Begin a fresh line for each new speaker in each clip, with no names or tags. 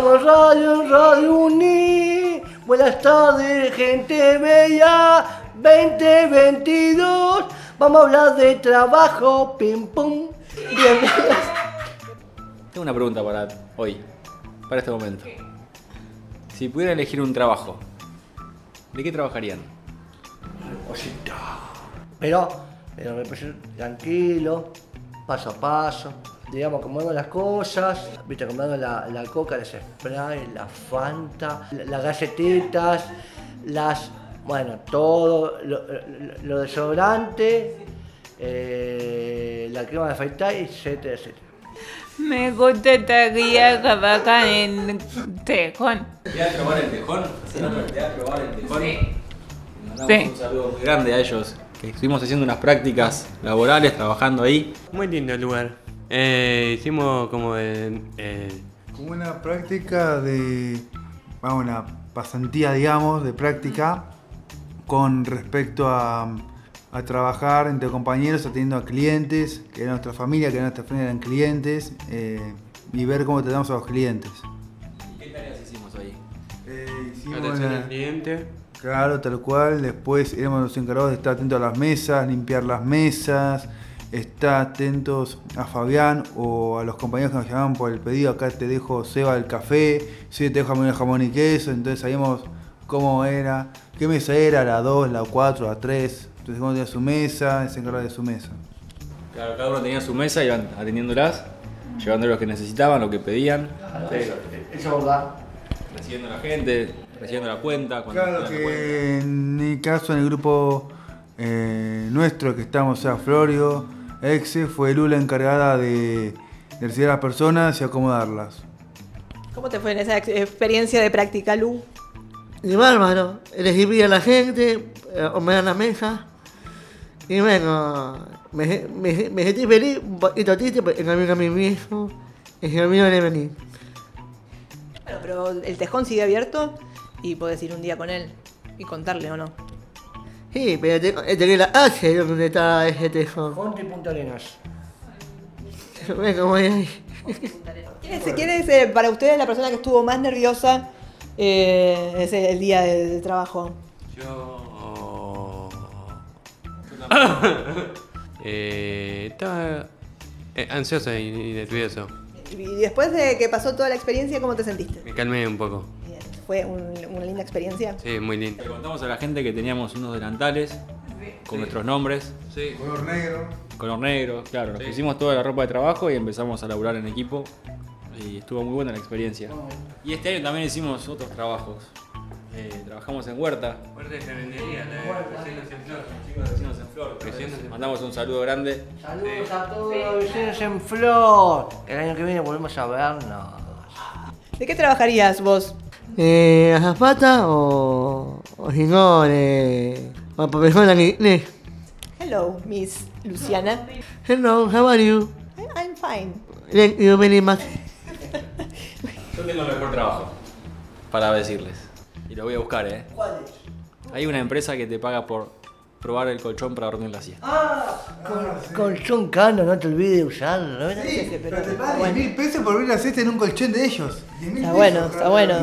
radio, Radio Uni. Buenas tardes, gente bella. 2022. Vamos a hablar de trabajo. Pim pum. Bienvenidos.
Tengo una pregunta para hoy, para este momento. Si pudieran elegir un trabajo, ¿de qué trabajarían?
Osito. Pero, pero me puse tranquilo, paso a paso, digamos, acomodando las cosas, viste, acomodando la, la coca, las sprays, la fanta, la- las galletitas, las, bueno, todo, lo, lo- lo desodorante, eh, la crema de afeitar, etcétera, etcétera.
Me gustaría trabajar en Tejón.
¿Teatro Bar El Tejón? ¿Teatro Bar El Tejón? Mandamos
Sí.
un saludo muy grande a ellos, que estuvimos haciendo unas prácticas laborales, trabajando ahí.
Muy lindo el lugar. Eh, hicimos como eh, eh,
Como una práctica de. va, una pasantía, digamos, de práctica con respecto a, a trabajar entre compañeros, atendiendo a clientes, que era nuestra familia, que era nuestra familia, eran clientes, eh, y ver cómo tratamos a los clientes.
¿Qué tareas hicimos ahí?
Eh, hicimos
atención
la-
al cliente.
Claro, tal cual. Después éramos los encargados de estar atentos a las mesas, limpiar las mesas, estar atentos a Fabián o a los compañeros que nos llamaban por el pedido. Acá te dejo Seba el café, si te dejo el jamón y queso. Entonces sabíamos cómo era, qué mesa era, la 2, la 4, la 3. Entonces cómo tenía su mesa, se encargaba de su mesa.
Claro, cada uno tenía su mesa, iban atendiéndolas, llevando lo que necesitaban, lo que pedían,
Eso, eso es verdad.
recibiendo a la gente, recibiendo la cuenta. cuando
Claro
reciban la cuenta.
que en mi caso, en el grupo eh, nuestro que estamos, o sea, Florio, Exe, fue Lula encargada de, de recibir a las personas y acomodarlas.
¿Cómo te fue en esa ex- experiencia de práctica, Lu?
Y bárbaro, elegí bien a la gente, eh, a la mesa. Y bueno, me, me, me sentí feliz, un poquito triste, pero en camino a mí mismo, en camino de venir.
Bueno, pero el tejón sigue abierto y podés ir un día con él y contarle o no.
Sí, pero tengo, eh, tengo que ir a la H donde está ese tejón.
Conti Punta Arenas.
Bueno, voy ahí.
¿Quién es, quién es, eh, para ustedes la persona que estuvo más nerviosa eh, ese, el día de, de trabajo?
Yo. Eh, estaba eh, ansioso y, y nervioso.
Y después de que pasó toda la experiencia, ¿cómo te sentiste?
Me calmé un poco.
Bien, ¿Fue un- una linda experiencia?
Sí, muy lindo.
Le contamos a la gente que teníamos unos delantales con nuestros nombres,
Sí.
Color negro.
color negro, claro. Nos
Sí.
pusimos toda la ropa de trabajo y empezamos a laburar en equipo. Y estuvo muy buena la experiencia. Y este año también hicimos otros trabajos. Eh, trabajamos en Huerta,
Fuerte de jardinería, la
chicos vecinos en Flor.
Vecinos en-
Mandamos un saludo grande.
Saludos a todos los vecinos en flor. El año que viene volvemos a vernos.
¿De qué trabajarías vos?
Eh, ¿Azafata o, o si no, eh, o profesora de inglés?
Hello, Miss Luciana.
Hello, how are you?
I'm fine.
Thank you very much.
Yo tengo el mejor trabajo para decirles. Y lo voy a buscar, ¿eh?
¿Cuál es?
Hay una empresa que te paga por probar el colchón para dormir la siesta.
Ah. Colchón cano, no te olvides de usarlo, ¿no? Era-
Sí, pero
Pero te
está
pagan
bueno.
10.000 pesos por abrir la cesta en un colchón de ellos. 10.000
Está
pesos,
bueno, está
raro.
bueno.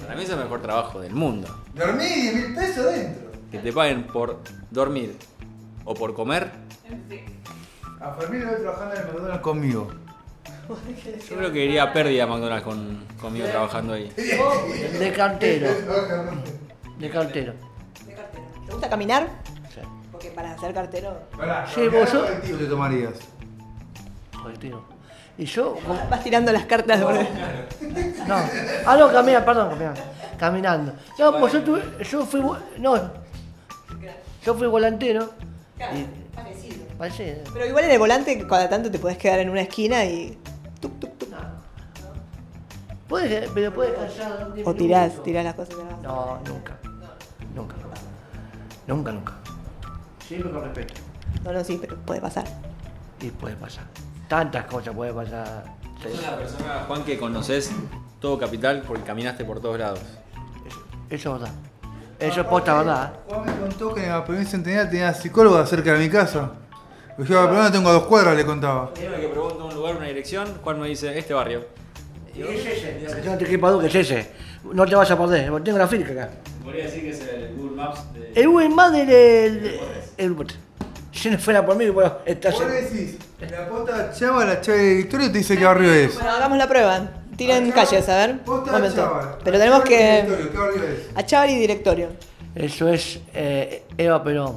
Para mí es el mejor trabajo del mundo.
Dormí 10.000 pesos dentro.
Que te paguen por dormir o por comer
A Fermín lo voy trabajando en el McDonald's conmigo.
Yo creo que iría a pérdida a McDonald's con, conmigo trabajando ahí.
De cartero. De cartero.
¿Te gusta caminar?
Sí.
Porque para ser cartero
Pará,
Sí, vos sos-
¿qué colectivo te tomarías?
Colectivo. Y yo, como-
vas tirando las cartas de orden.
no. Ah, no, camina, perdón, caminando. Caminando. No, pues yo tuve, yo fui, vo- no. Yo fui volantero. Y,
parecido.
parece,
Pero igual en el volante cada tanto te podés quedar en una esquina y tuc, tuc, tuc.
puede, pero puede descansar. diez
o tirás,
minutos.
tirás las cosas. de la-
No, nunca. Nunca. Nunca, nunca. Siempre con respeto.
No, no, sí, pero puede pasar.
Y puede pasar. Tantas cosas puede pasar.
Sos una persona, Juan, que conoces todo Capital porque caminaste por todos lados.
Eso es verdad.
Eh,
Eso es posta verdad.
Juan me contó que en la provincia centenaria tenía psicóloga cerca de mi casa. Yo a la primera tengo a dos cuadras, le contaba.
Siempre que pregunto un lugar, una dirección, Juan me dice, este barrio.
eh, Es ese, no te quepa duda que es ese. No te vas a perder, tengo la física acá.
Podría decir que es el Google Maps de.
El buen madre del. El bot. Si no fuera por mí, bueno, estás.
Vos decís, la posta Chava, la Chava de Victoria, te dice que barrio es.
Bueno, hagamos la prueba. Tiren
Acá,
calles, a ver.
posta
Momento.
Chaval.
Pero tenemos
Chaval y
que.
directorio, ¿qué barrio es?
A Chaval y directorio.
Eso es eh, Eva Perón.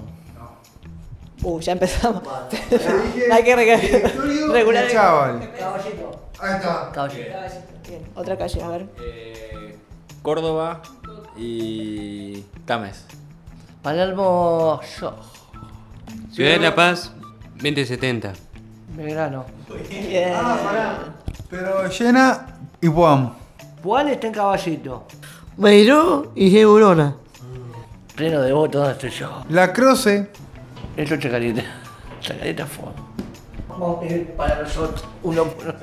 Uh, ya empezamos.
Te dije,
Ah, Hay que reg-
directorio
regular
y
el-
Chaval. Ahí está.
Caballero.
Bien, otra calle, a ver.
eh, Córdoba y. Tames.
Palermo. Yo.
Ciudad de La Paz, 2070.
Belgrano.
Bien.
Ah. Pero llena y Guam.
¿Cuál está en Caballito?
Beiró y Geburona.
Pleno de votos, ¿dónde estoy yo?
La Croce,
Eso es Chacarita. Chacarita fue. Vamos a ir para nosotros. Uno por uno.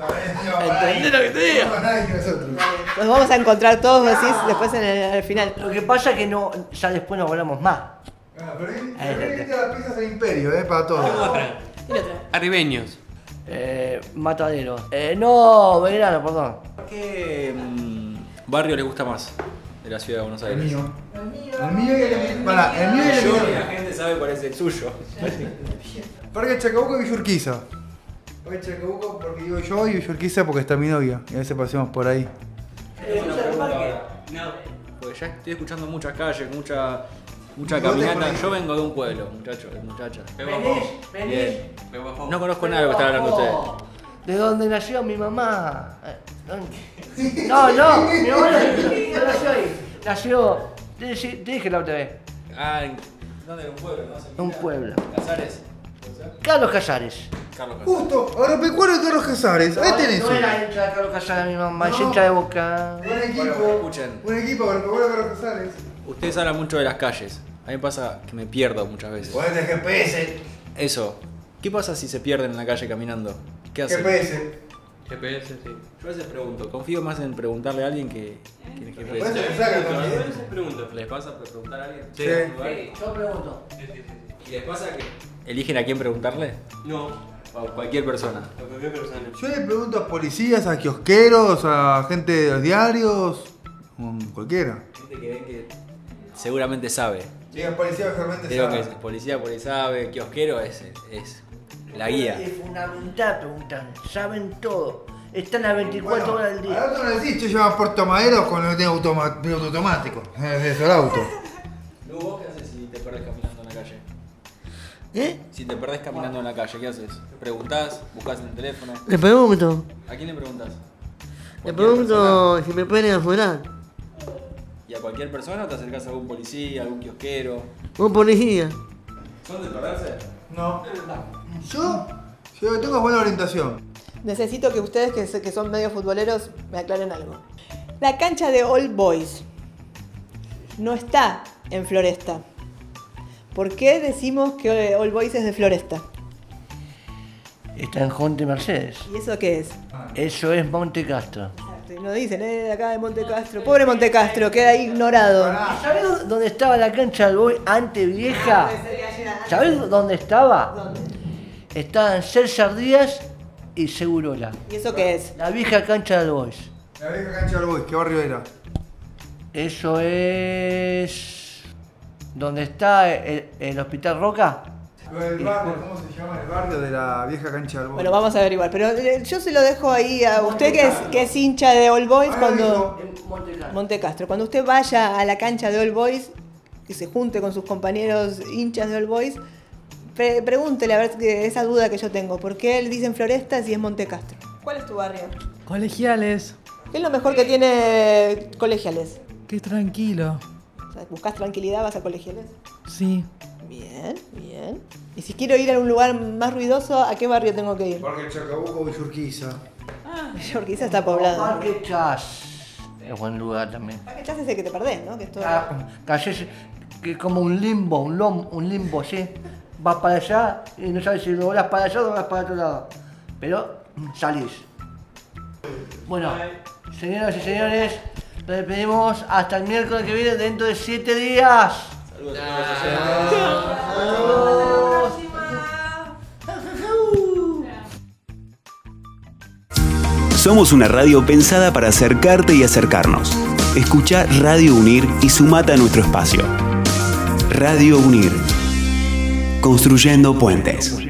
¿Entendés lo que te digo?
Nos vamos a encontrar todos, decís, después en el, al final.
Lo que pasa es que no, ya después no volamos más.
Ah, las piezas del imperio, eh, para todos.
Otra. Arribeños.
Eh, Matadero. Eh, no, Belgrano, perdón.
¿Qué mm, barrio le gusta más de la ciudad de Buenos
El
Aires?
mío. El mío y el mío. Pará, el mío y el mío.
Yo, la gente sabe cuál es el suyo.
Parque Chacabuco y Villurquiza. Parque Chacabuco porque digo yo y Villurquiza porque está mi novia. Y a veces pasemos por ahí.
No. Porque ya estoy escuchando muchas calles, mucha, mucha caminata. Yo vengo de un pueblo, muchachos, muchachas. Bien. No conozco nada de lo que están hablando ustedes.
De donde nació mi mamá. Eh, ¿dónde? No, no, mi abuelo no nació ahí. Nació, te, dije- te dije la otra vez,
Ah, ¿en ¿dónde era un pueblo? No sé.
en un pueblo.
Casares.
Carlos Casares.
Carlos Casares.
Justo, agropecuario de Carlos Casares. Ahí tenés.
No
uno.
era hincha de Carlos Casares mi mamá, es
No.
hincha de boca.
Buen
Bueno,
equipo.
escuchen.
Buen equipo, agropecuario de Carlos Casares.
Ustedes hablan mucho de las calles. A mí me pasa que me pierdo muchas veces.
Ponete GPS.
Eso. ¿Qué pasa si se pierden en la calle caminando? ¿Qué hacen?
GPS.
GPS, sí.
Yo a veces pregunto. ¿Eh? Confío más en preguntarle a alguien que... que en el
Lo puedes
GPS.
pensar que también.
¿Les pasa por preguntar a alguien?
Sí.
¿En un lugar?
Yo pregunto.
¿Y les pasa que eligen a quién preguntarle?
No,
O cualquier persona.
a cualquier persona.
Yo le pregunto a policías, a kiosqueros, a gente de los diarios, mm, cualquiera.
Gente que ven que seguramente sabe.
Sí, a policías realmente
Creo que es policía por ahí sabe, kiosquero es, es la guía.
Es fundamental preguntar, saben todo. Están las 24 horas del
Al
día.
otro le decís, yo llevo a Puerto Madero con el de automa- piloto automático. Es eso el auto.
Lu, ¿vos qué haces si te perdés caminando en la calle?
¿Eh?
Si te perdés caminando en la calle, ¿qué haces? ¿Preguntás? ¿Buscás en el teléfono?
Le pregunto.
¿A quién le preguntás?
Le
¿Cualquier persona?
pregunto si me pueden afurar.
¿Y a cualquier persona o te acercás a algún policía, algún kiosquero?
Un policía.
¿Son de perderse?
No. Yo, yo lo que tengo es buena orientación.
Necesito que ustedes, que, se- que son medio futboleros, me aclaren algo. La cancha de Old Boys no está en Floresta. ¿Por qué decimos que eh, Old Boys es de Floresta?
Está en Jonte Mercedes.
¿Y eso qué es?
Eso es Monte Castro.
No dicen, eh, de acá de Monte Castro. Pobre Monte Castro, queda ahí ignorado.
¿Sabés dó- dónde estaba la cancha del Boy antes
Ah,
vieja?
pues, eh,
¿Sabés dónde estaba? Estaban César Díaz y Segurola.
¿Y eso qué es?
La vieja cancha del Boys.
La vieja cancha del Boys, ¿qué barrio era?
Eso es. ¿Dónde está el, el Hospital Roca?
El barrio, ¿cómo se llama? El barrio de la vieja cancha del Boys.
Bueno, vamos a averiguar. Pero eh, yo se lo dejo ahí a usted que es, que es hincha de Old Boys
Ahora
cuando...
dijo,
Monte Castro, cuando usted vaya a la cancha de All Boys y se junte con sus compañeros hinchas de All Boys, pre- pregúntele a ver que- esa duda que yo tengo. ¿Por qué él dice en Floresta si es Monte Castro? ¿Cuál es tu barrio?
Colegiales,
¿Qué es lo mejor que tiene colegiales?
qué tranquilo.
O sea, ¿Buscas tranquilidad? ¿Vas a colegiales?
Sí,
Bien, bien. Y si quiero ir a un lugar más ruidoso, ¿a qué barrio tengo que ir?
Parque Chacabuco y Urquiza.
Porque quizás está poblado.
Parque Chas. Es buen lugar también.
Parque Chas es el que te perdés, ¿no? Que es todo-
Ah, Calles que como un limbo, un, lom- un limbo, ¿sí? Vas para allá y no sabes si doblas para allá o doblas para otro lado. Pero mm, salís. Bueno, señoras y señores, nos despedimos hasta el miércoles que viene dentro de 7 días.
Somos una radio pensada para acercarte y acercarnos. Escucha Radio Unir y sumate a nuestro espacio. Radio Unir. Construyendo puentes.